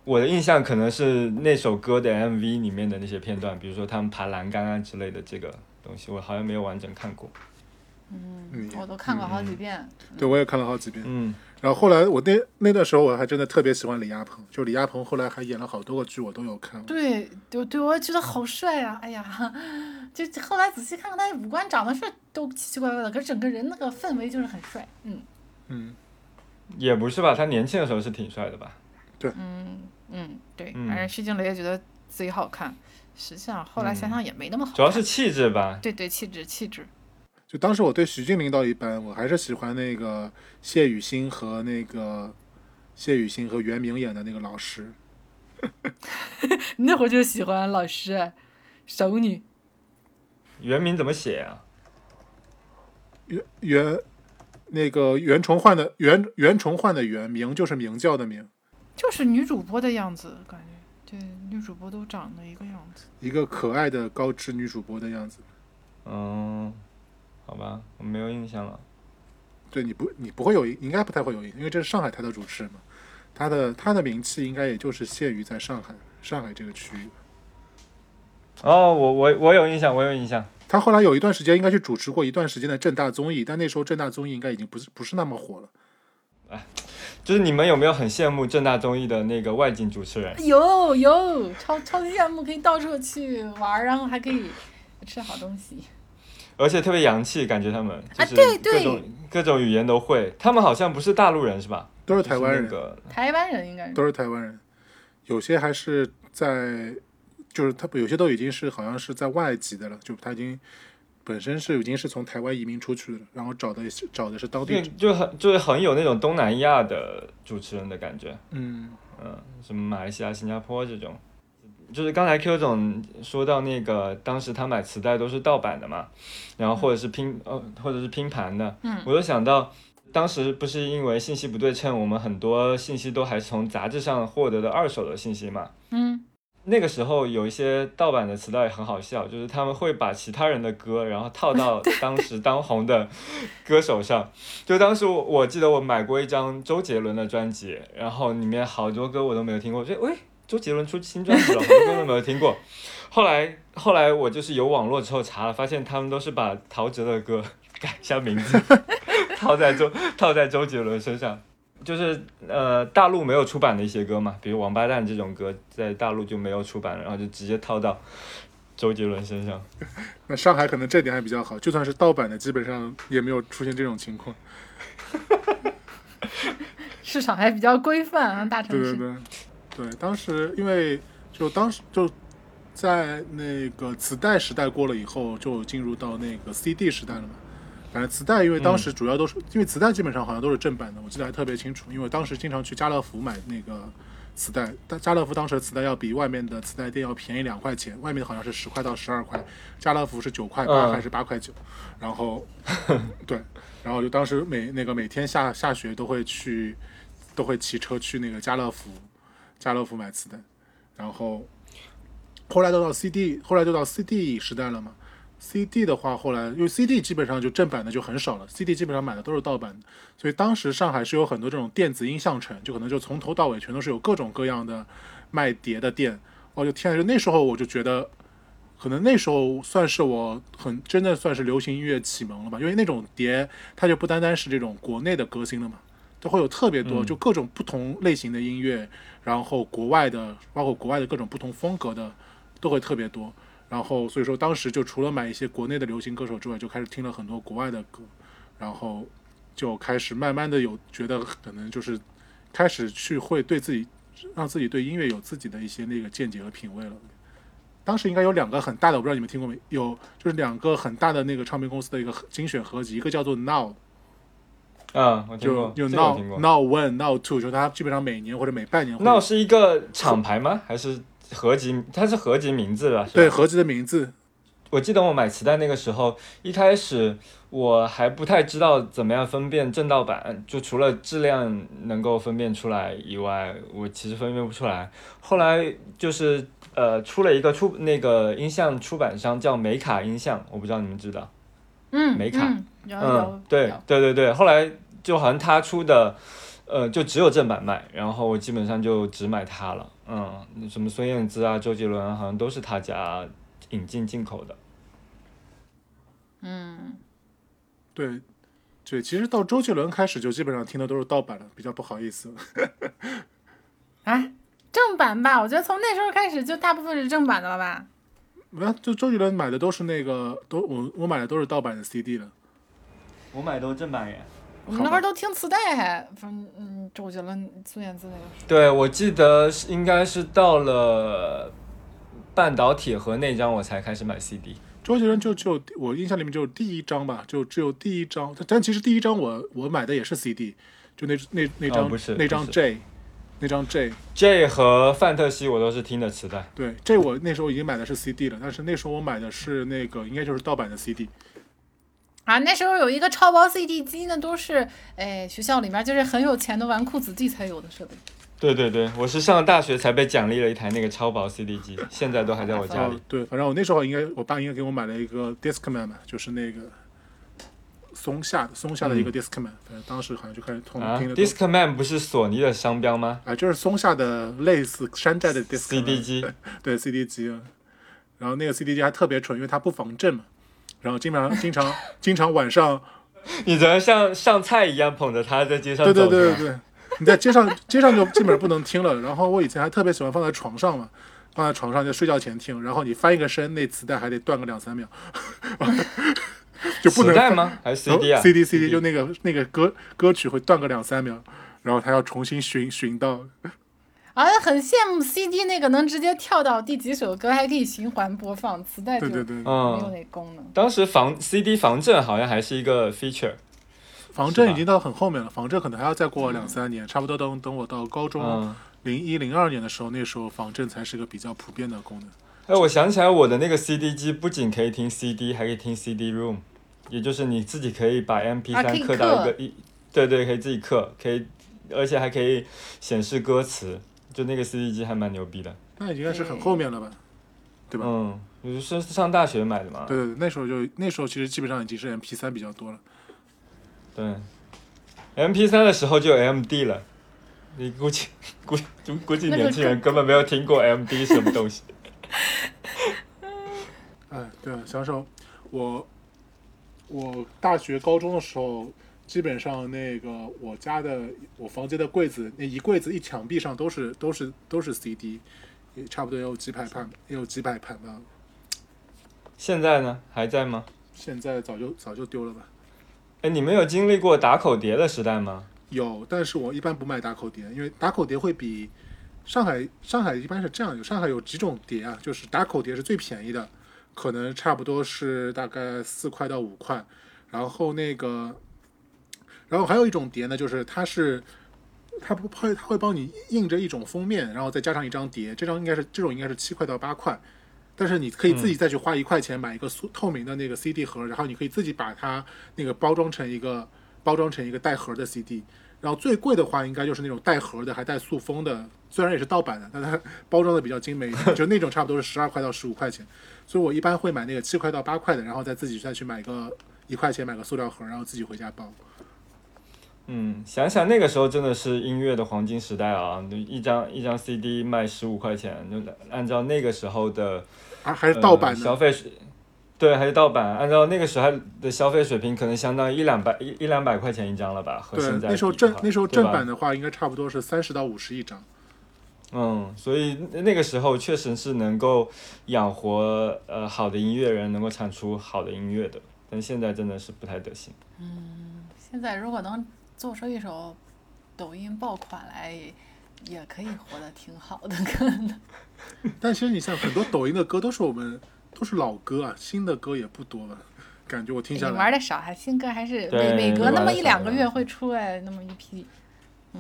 我的印象可能是那首歌的 MV 里面的那些片段，比如说他们爬栏杆啊之类的这个东西，我好像没有完整看过。嗯，我都看过好几遍。对我也看了好几遍。嗯，然后后来我那那段时候我还真的特别喜欢李亚鹏，就李亚鹏后来还演了好多个剧，我都有看。对，对对，我也觉得好帅啊！哎呀， 就后来仔细看看他五官长得是都奇奇怪怪的，可是整个人那个氛围就是很帅。嗯嗯，也不是吧，他年轻的时候是挺帅的吧？嗯嗯，对，嗯反正施静蕾也觉得自己好看，实际上后来想嗯想也没那么好看。主要是气质吧。对对气质气质。就当时我对徐静玲倒一般，我还是喜欢那个谢雨欣和那个谢雨欣和袁明演的那个老师。那会儿就喜欢老师，熟女。原名怎么写啊？袁袁那个袁崇焕的袁袁崇焕的袁明就是明教的明，就是女主播的样子，感觉对女主播都长得一个样子。一个可爱的高知女主播的样子。嗯，好吧，我没有印象了。对你不你不会有应该不太会有印象，因为这是上海台的主持人嘛，他的他的名气应该也就是限于在上海上海这个区域。哦，我我我有印象，我有印象。他后来有一段时间应该去主持过一段时间的正大综艺，但那时候正大综艺应该已经不是不是那么火了。就是你们有没有很羡慕正大综艺的那个外景主持哎人？有有，超超级羡慕，可以到处去玩儿，然后还可以吃好东西。而且特别洋气，感觉他们就是啊对各对种、各种语言都会。他们好像不是大陆人是吧？都是就是台湾人，那个台湾人应该是都是台湾人，有些还是在，就是他有些都已经是好像是在外籍的了，就他已经本身是已经是从台湾移民出去的，然后找的也是找的是当就地，就很就是很有那种东南亚的主持人的感觉，嗯，嗯，什么马来西亚、新加坡这种。就是刚才 Q 总说到那个，当时他买磁带都是盗版的嘛，然后或者是拼呃或者是拼盘的，嗯我就想到当时不是因为信息不对称，我们很多信息都还是从杂志上获得的二手的信息嘛，嗯，那个时候有一些盗版的磁带很好笑，就是他们会把其他人的歌，然后套到当时当红的歌手上。就当时我我记得我买过一张周杰伦的专辑，然后里面好多歌我都没有听过，我觉得喂，周杰伦出新专辑了，好多歌都没有听过。 后来后来我就是有网络之后查了，发现他们都是把陶喆的歌 改一下名字， 套在周套在周杰伦身上。就是呃，大陆没有出版的一些歌嘛，比如《王八蛋》这种歌，在大陆就没有出版，然后就直接套到周杰伦身上。那上海可能这点还比较好，就算是盗版的，基本上也没有出现这种情况。市场还比较规范啊，大城对市。对对，对，当时因为就当时就在那个磁带时代过了以后，就进入到那个 CD 时代了嘛。反正磁带，因为当时主要都是、因为磁带基本上好像都是正版的，我记得还特别清楚，因为当时经常去家乐福买那个磁带，但家乐福当时的磁带要比外面的磁带店要便宜两块钱，外面好像是十块到十二块，家乐福是九块八嗯还是八块九，然后 对，然后就当时每那个每天下下学都会去，都会骑车去那个家乐福，家乐福买磁带，然后后来都到 CD，后来就到 CD 时代了嘛。CD 的话，后来因为 CD 基本上就正版的就很少了，CD 基本上买的都是盗版的，所以当时上海是有很多这种电子音像城，就可能就从头到尾全都是有各种各样的卖碟的店。我就天啊，就那时候我就觉得，可能那时候算是我很真的算是流行音乐启蒙了吧，因为那种碟它就不单单是这种国内的歌星了嘛，它会有特别多，嗯就各种不同类型的音乐，然后国外的，包括国外的各种不同风格的都会特别多。然后所以说当时就除了买一些国内的流行歌手之外，就开始听了很多国外的歌，然后就开始慢慢的有觉得可能就是开始去会对自己让自己对音乐有自己的一些那个见解和品味了。当时应该有两个很大的，我不知道你们听过没？有就是两个很大的那个唱片公司的一个精选合集，一个叫做 Now，啊，我听就过，就这个我 Now 听过。 Now One Now Two，就是它基本上每年或者每半年会那是一个厂牌吗？还是合集？它是合集名字吧？是吧对合集的名字，我记得我买磁带那个时候，一开始我还不太知道怎么样分辨正盗版，就除了质量能够分辨出来以外，我其实分辨不出来。后来就是呃，出了一个出那个音像出版商叫美卡音像，我不知道你们知道。嗯，没卡嗯，有有嗯，，对有对对对，后来就好像他出的，呃，就只有正版卖，然后我基本上就只买他了，嗯，什么孙燕姿啊、周杰伦啊，好像都是他家引进进口的，对对，其实到周杰伦开始就基本上听的都是盗版了，比较不好意思。啊，正版吧，我觉得从那时候开始就大部分是正版的了吧？那就周杰伦买的都是那个，都我我买的都是盗版的 CD 了。我买都是正版耶。我们那会儿都听磁带，还反正嗯，周杰伦、孙燕姿那个时对，我记得是应该是到了半岛铁盒那张我才开始买 CD，周杰伦就就我印象里面就第一张吧，就只有第一张，但但其实第一张我我买的也是 CD，就那那那张、哦不是那张不 J，那张 J，这和范特西我都是听的磁带。对这我那时候已经买的是 CD 了，但是那时候我买的是那个应该就是盗版的 CD，候啊，那时候有一个超薄 CD 机，那都是哎学校里面就是很有钱的纨绔子弟才有的设备。对对对，我是上大学才被奖励了一台那个超薄 CD 机，现在都还在我家里 哦。对，反正我那时候应该我爸应该给我买了一个 Discman 嘛，就是那个松下的松下的一个 Discman，、反正当时好像就开始通嗯啊哦听的都。 ，Discman 不是索尼的商标吗啊，就是松下的类似山寨的 Discman ？CD 机， 对 CD 机，然后那个 CD 机还特别蠢，因为它不防震嘛，然后经常经常经常晚 上，你怎么像上菜一样捧着它在街上对走？对对对，对，你在街上街上就基本上不能听了。然后我以前还特别喜欢放在床上嘛，放在床上就睡觉前听，然后你翻一个身，那磁带还得断个两三秒， 就不磁能带吗？还是哦 CD 啊 CD CD 就那个那个歌歌曲会断个两三秒，然后它要重新寻寻到，啊，很羡慕 CD 那个能直接跳到第几首歌，还可以循环播放，磁带就对没对有对，嗯，那功能。当时防 CD 防震好像还是一个 feature。防是震吧已经到很后面了，防震可能还要再过两三年，差不多等等我到高中嗯，零一零二年的时候，那时候防震才是个比较普遍的功能。哎，我想起来我的那个 CD 机不仅可以听 CD，还可以听 CD ROM，也就是你自己可以把 MP 啊可以3刻到一刻个一，对对，可以自己刻，可以，而且还可以显示歌词，就那个 CD 机还蛮牛逼的。那应该是很后面了吧？对吧嗯，你是上大学买的嘛？对对对，那时候就那时候其实基本上已经是 MP 三比较多了。对，MP 3的时候就有 MD 了，你估计估估估计那个年轻人更根本没有听过 MD 什么东西。哎，对啊，想想我我大学高中的时候，基本上那个我家的我房间的柜子那一柜子一墙壁上都是都是都是 CD，也差不多有几百盘，也有几百盘吧，现在呢，还在吗？现在早就早就丢了吧。哎，你们有经历过打口碟的时代吗？有，但是我一般不卖打口碟，因为打口碟会比上海上海一般是这样，有上海有几种碟啊，就是打口碟是最便宜的，可能差不多是大概四块到五块，然后那个，然后还有一种碟呢，就是它是它不会它会帮你印着一种封面，然后再加上一张碟，这张应该是这种应该是七块到八块。但是你可以自己再去花一块钱买一个塑透明的那个 CD 盒，然后你可以自己把它那个包装成一个包装成一个带盒的 CD。然后最贵的话，应该就是那种带盒的，还带塑封的，虽然也是盗版的，但它 包装的比较精美一点，就那种差不多是十二块到十五块钱。所以我一般会买那个七块到八块的，然后再自己再去买个一块钱买个塑料盒，然后自己回家包。嗯，想想那个时候真的是音乐的黄金时代啊！就一张一张 CD 卖十五块钱，就按照那个时候的啊，还是盗版呃的，消费水，对，还是盗版。按照那个时候的消费水平，可能相当于一两百一一两百块钱一张了吧？和对现，在那时候比正的话那时候对正吧版的话，应该差不多是三十到五十一张。嗯，所以那那个时候确实是能够养活呃好的音乐人，能够产出好的音乐的。但现在真的是不太得行。现在如果能做出一首抖音爆款来，也可以活得挺好的，可能。但其实你像很多抖音的歌都是我们都是老歌啊，新的歌也不多了。感觉我 听你下玩来，的少，还新歌还是对每每你隔玩那么得一少两个了月会出来那么一批。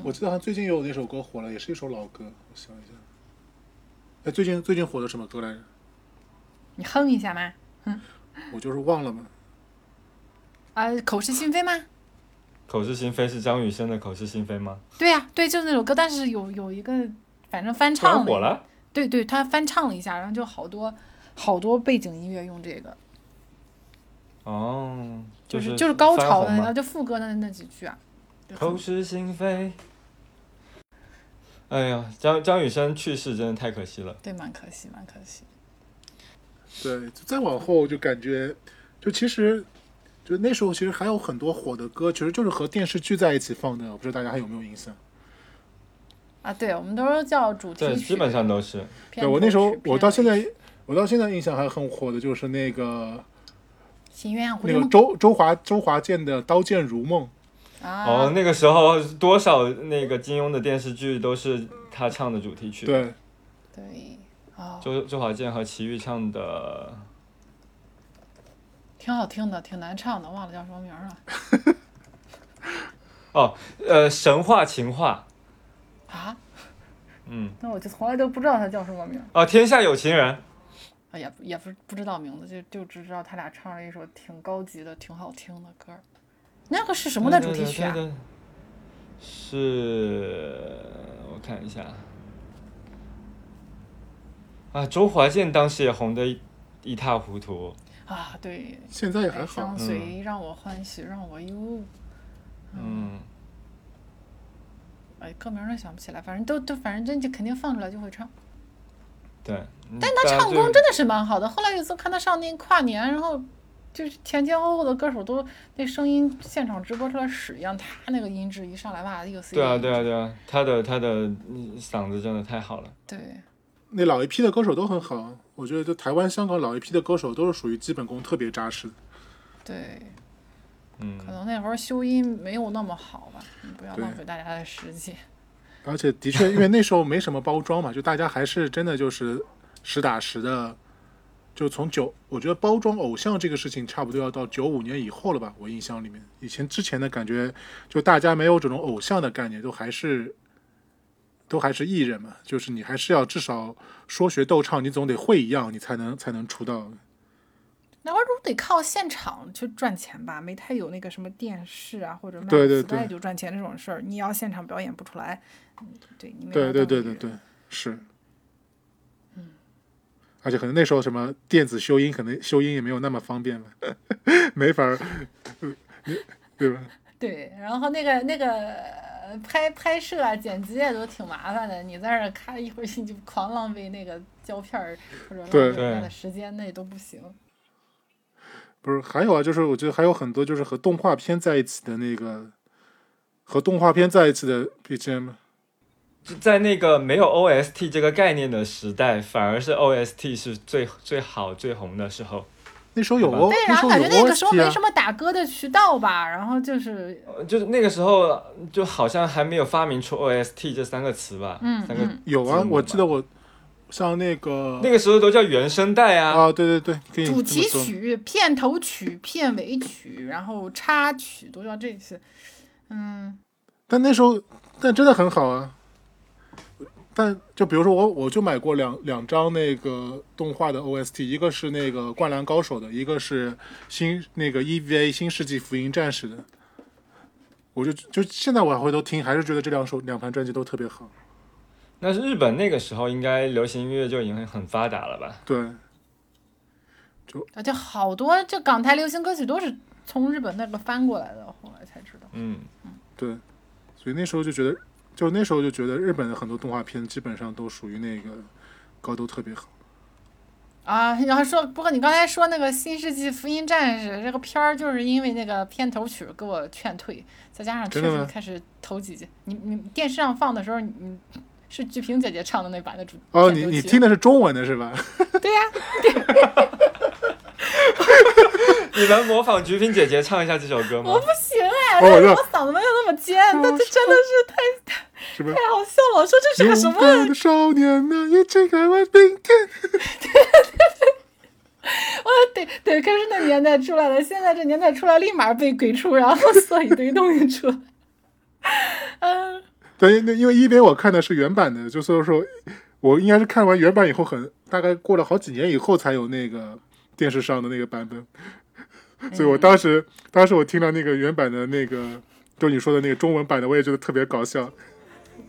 我记得好像最近有哪首歌火了，也是一首老歌。我想一下，哎，最近最近火的什么歌来着？你哼一下吗？我就是忘了嘛。啊，口是心非吗？口是心非是张雨生的口是心非吗？对呀、对，就是那首歌，但是有有一个，反正翻突然唱火了。对对，他翻唱了一下，然后就好多好多背景音乐用这个，哦，就是就是高翻潮红的嘛那就副歌的那几句啊。就很口是心非。哎呀，张张雨生去世真的太可惜了。对，蛮可惜，蛮可惜。对，再往后就感觉，就其实，就那时候其实还有很多火的歌，其实就是和电视剧在一起放的。我不知道大家还有没有印象？啊，对，我们都是叫主题对，曲。基本上都是。片对我那头时候曲，我到现片尾在曲，我到现在印象还很火的就是那个新鸳鸯蝴那蝶个梦周周华周华健的《刀剑如梦》。啊，哦，那个时候多少那个金庸的电视剧都是他唱的主题曲。，对，对，哦，周周华健和齐豫唱的。挺好听的，挺难唱的，忘了叫什么名儿了呃，神话情话，啊。嗯，那我就从来都不知道他叫什么名儿，哦，天下有情人，啊，也不也不是不知道名字，就就只知道他俩唱了一首挺高级的、挺好听的歌儿。那个是什嗯么的主题曲啊？是，我看一下，啊，周华健当时也红得一一塌糊涂，啊，对，现在也还爱好相。随让我欢喜让我忧，嗯，哎，歌名儿都想不起来，反正都都反正这肯定放出来就会嗯唱。对，但但他唱功真的是蛮好的。后来有一次看他上那跨年，然后就是前前后后的歌手都那声音现场直播出来屎一样，他那个音质一上来哇，有 C 对啊，对啊，对啊，他的他的嗯嗓子真的太好了，对那老一批的歌手都很好，我觉得就台湾、香港老一批的歌手都是属于基本功特别扎实的。对，嗯可能那会儿修音没有那么好吧，你不要对浪费大家的时间。而且的确，因为那时候没什么包装嘛， 就大家还是真的就是实打实的，就从九，我觉得包装偶像这个事情差不多要到九五年以后了吧，我印象里面，以前之前的感觉，就大家没有这种偶像的概念，都还是都还是艺人嘛，就是你还是要至少说学逗唱，你总得会一样，你才能才能出道。那会儿都得靠现场去赚钱吧，没太有那个什么电视啊或者卖对对磁带对就赚钱这种事儿。你要现场表演不出来，嗯对你没法对对当对艺对人对，是。而且可能那时候什么电子修音，可能修音也没有那么方便吧， 没法儿，对吧？对，然后那个那个呃拍拍摄啊、剪辑也都挺麻烦的，你在那儿咔一会儿你就狂浪费那个胶片儿或者浪费对人家的对时间，那也都不行。不是，还有啊，就是我觉得还有很多就是和动画片在一起的那个，和动画片在一起的 BGM，就在那个没有 OST 这个概念的时代，反而是 OST 是最最好最红的时候，那时候有哦对，，那然时后候感有觉那个时候 OST 没啊什，么打歌的渠道吧，然后就是呃就是那个时候就好像还没有发明出 OST 这三个词吧，嗯三个嗯有字啊，母我吧记得我像那个那个时候都叫原声带啊，啊，对对对，可以这主么题说曲、片头曲、片尾曲，然后插曲都叫这些。嗯，但那时候，但真的很好啊。但就比如说我，我就买过两两张那个动画的 OST，一个是那个《灌篮高手》的，一个是新那个 EVA《新世纪福音战士》的。我就就现在我还回头听，还是觉得这两首两盘专辑都特别好。那是日本那个时候应该流行音乐就已经很发达了吧？对，而且好多这港台流行歌曲都是从日本那个翻过来的，后来才知道。嗯，对，所以那时候就觉得，就那时候就觉得日本的很多动画片基本上都属于那个高度特别好。啊，然后说，不过你刚才说那个《新世纪福音战士》这个片儿，就是因为那个片头曲给我劝退，再加上确真的实吗开始头几集，你你电视上放的时候，你你是鞠萍姐姐唱的那版的主哦，片你头你曲听的是中文的是吧？对呀、你能模仿菊萍姐姐唱一下这首歌我吗不？行哎，哦我但知是道哦我嗓子没有那么尖，但这真的是太是不是？太好笑了。我说这是个什勇么？敢的少年们，一起改变明天。我得得可是那年代出来的，现在这年代出来立马被鬼畜，然后做一堆东西出来。嗯，对，那因为一 v 我看的是原版的，就所以说，我应该是看完原版以后很，大概过了好几年以后才有那个电视上的那个版本，所嗯以我当时，当时我听到那个原版的那个，就你说的那个中文版的，我也觉得特别搞笑。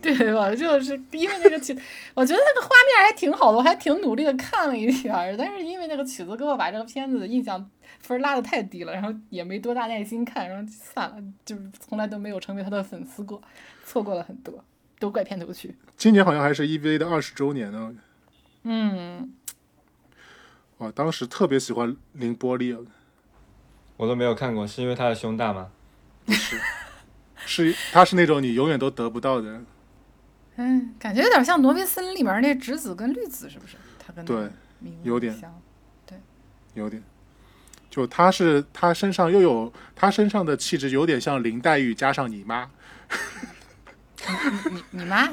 对吧？就是因为那个曲，我觉得那个画面还挺好的，我还挺努力的看了一点儿，但是因为那个曲子给我把这个片子的印象分儿拉的太低了，然后也没多大耐心看，然后就算了，就是从来都没有成为他的粉丝过，错过了很多，都怪片头曲。今年好像还是 EVA 的二十周年呢，嗯。哇，当时特别喜欢凌波啊丽，我都没有看过，是因为她的胸大吗？是她是那种你永远都得不到的，嗯，感觉有点像《挪威森林》里面那直子跟绿子，是不是？他跟那个对迷雾有很点像有点。就她是她身上又有她身上的气质，有点像林黛玉加上你妈，你你妈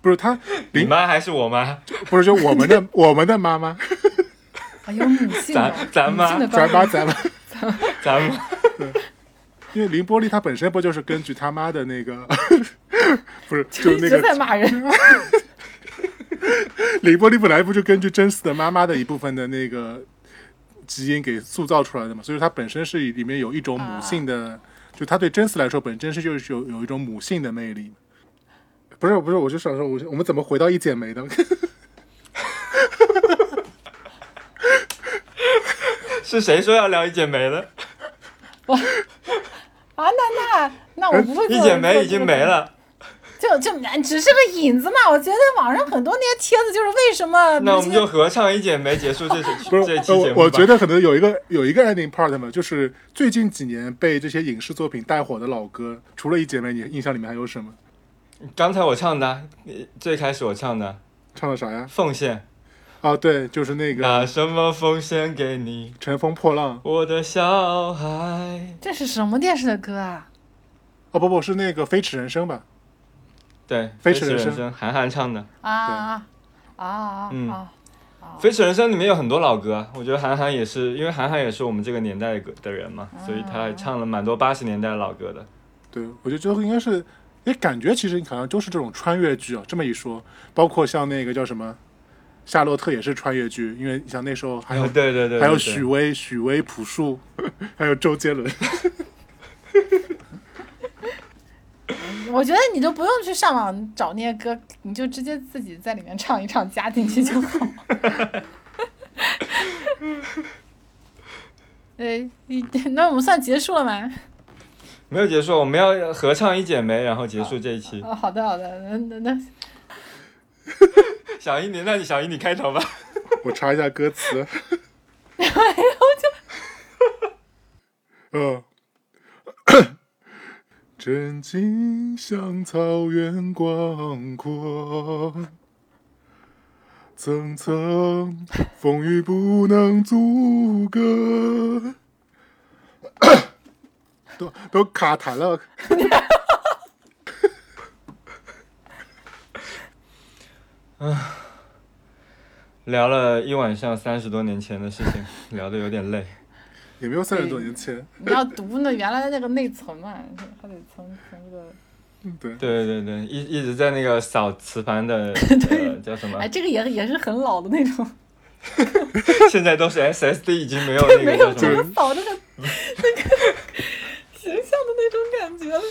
不是 她你林妈还是我妈？不是，就我们的我们的妈妈，啊，有母性咱哦，咱母妈性的咱光妈辉咱妈，咱们因为凌波丽她本身不就是根据他妈的那个， 不是就就一是那直在个骂人。凌波丽本来不就根据真嗣的妈妈的一部分的那个基因给塑造出来的嘛，所以她本身是里面有一种啊母性的，就她对真嗣来说本身是就是有有一种母性的魅力。不是不是，我就想说，我我们怎么回到一剪梅的？是谁说要聊一剪梅的？啊，那那那我不会做。嗯一剪梅做已这经个没东西。了，就就哎只是个引子嘛，我觉得网上很多那些帖子就是为什么那我们明星就合唱一剪梅结束这首 不是 这期呃节目吧。我我觉得可能有一个有一个 ending part 嘛，就是最近几年被这些影视作品带火的老歌，除了一姐妹，你印象里面还有什么？刚才我唱的啊，你最开始我唱的唱的啥呀？奉献，哦，对，就是那个《拿什么奉献给你，乘风破浪》。我的小孩？这是什么电视的歌啊？哦，不不，是那个《飞驰人生》吧？对，飞飞驰驰人人生生，韩寒唱的。啊啊啊啊嗯啊！啊飞驰人生里面有很多老歌啊，我觉得韩寒也是，因为韩寒也是我们这个年代的的人嘛，所以他还唱了蛮多八十年代老歌的。对，我觉得最后应该是，也感觉其实好像就是这种穿越剧啊。这么一说，包括像那个叫什么《夏洛特》也是穿越剧，因为你像那时候还有、 对对对对，还有对许巍、许巍、朴树， 还有周杰伦。我觉得你就不用去上网找那些歌，你就直接自己在里面唱一唱，加进去就好。 呃，你那我们算结束了吗？没有结束，我们要合唱一剪梅，然后结束这一啊期。哦，好的好的，那那那小姨你，那你小姨你开头吧。 我查一下歌词。嗯， 真情像草原广阔，层层风雨不能阻隔。都都卡痰了，聊了一晚上三十多年前的事情，聊得有点累。也没有三十多年前。你要读那原来那个内存嘛，还得从从这个，嗯，对，对对对，一一直在那个扫磁盘 的，呃、叫什么哎，？这个也也是很老的那 种，现在都是哎 SSD，已经没有那没个有这叫什个么。扫那个那个形象的那种感觉了。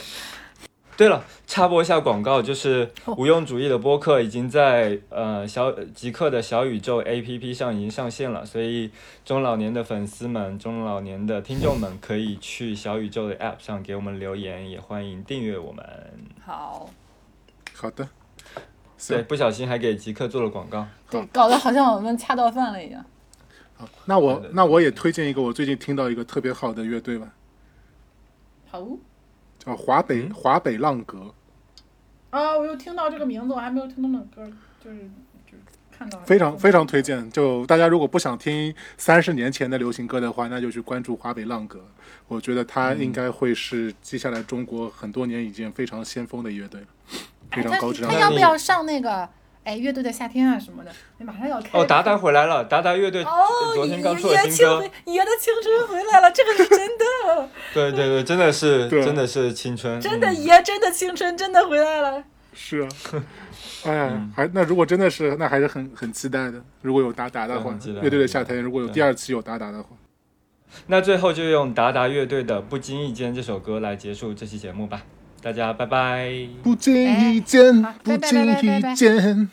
对了，插播一下广告，就是哦无用主义的播客已经在呃小极客的小宇宙 APP 上已经上线了，所以中老年的粉丝们、中老年的听众们可以去小宇宙的 App 上给我们留言，也欢迎订阅我们。好，好的，行对，不小心还给极客做了广告。对，搞得好像我们恰到饭了一样。好，那我对对那我也推荐一个我最近听到一个特别好的乐队吧，好叫华北嗯华北浪格，啊，我有听到这个名字，我还没有听懂的歌，就是就是看到非常非常推荐。就大家如果不想听三十年前的流行歌的话，那就去关注华北浪格，我觉得他应该会是接下来中国很多年已经非常先锋的乐队了，非常高质量哎他的他要乐队。不要上那个哎乐队的夏天啊什么的？哎马上要开哦，达达回来了，达达乐 队哦，昨爷天刚出了爷新青歌。回爷的青春回来了，这个是真 嗯的，对对对，真的是对真的是青春，真的嗯爷真的青春真的回来了。是啊， 哎呀，嗯还那如果真的是，那还是很很期待的。如果有达达的对话很期，待乐队的很期夏待天如果有对第二期有达达的话，哎那最后就用达达乐队的《不经意间》这首歌来结束这期节目吧，大家拜拜。不经哎意间好，不拜拜经拜拜拜意拜间。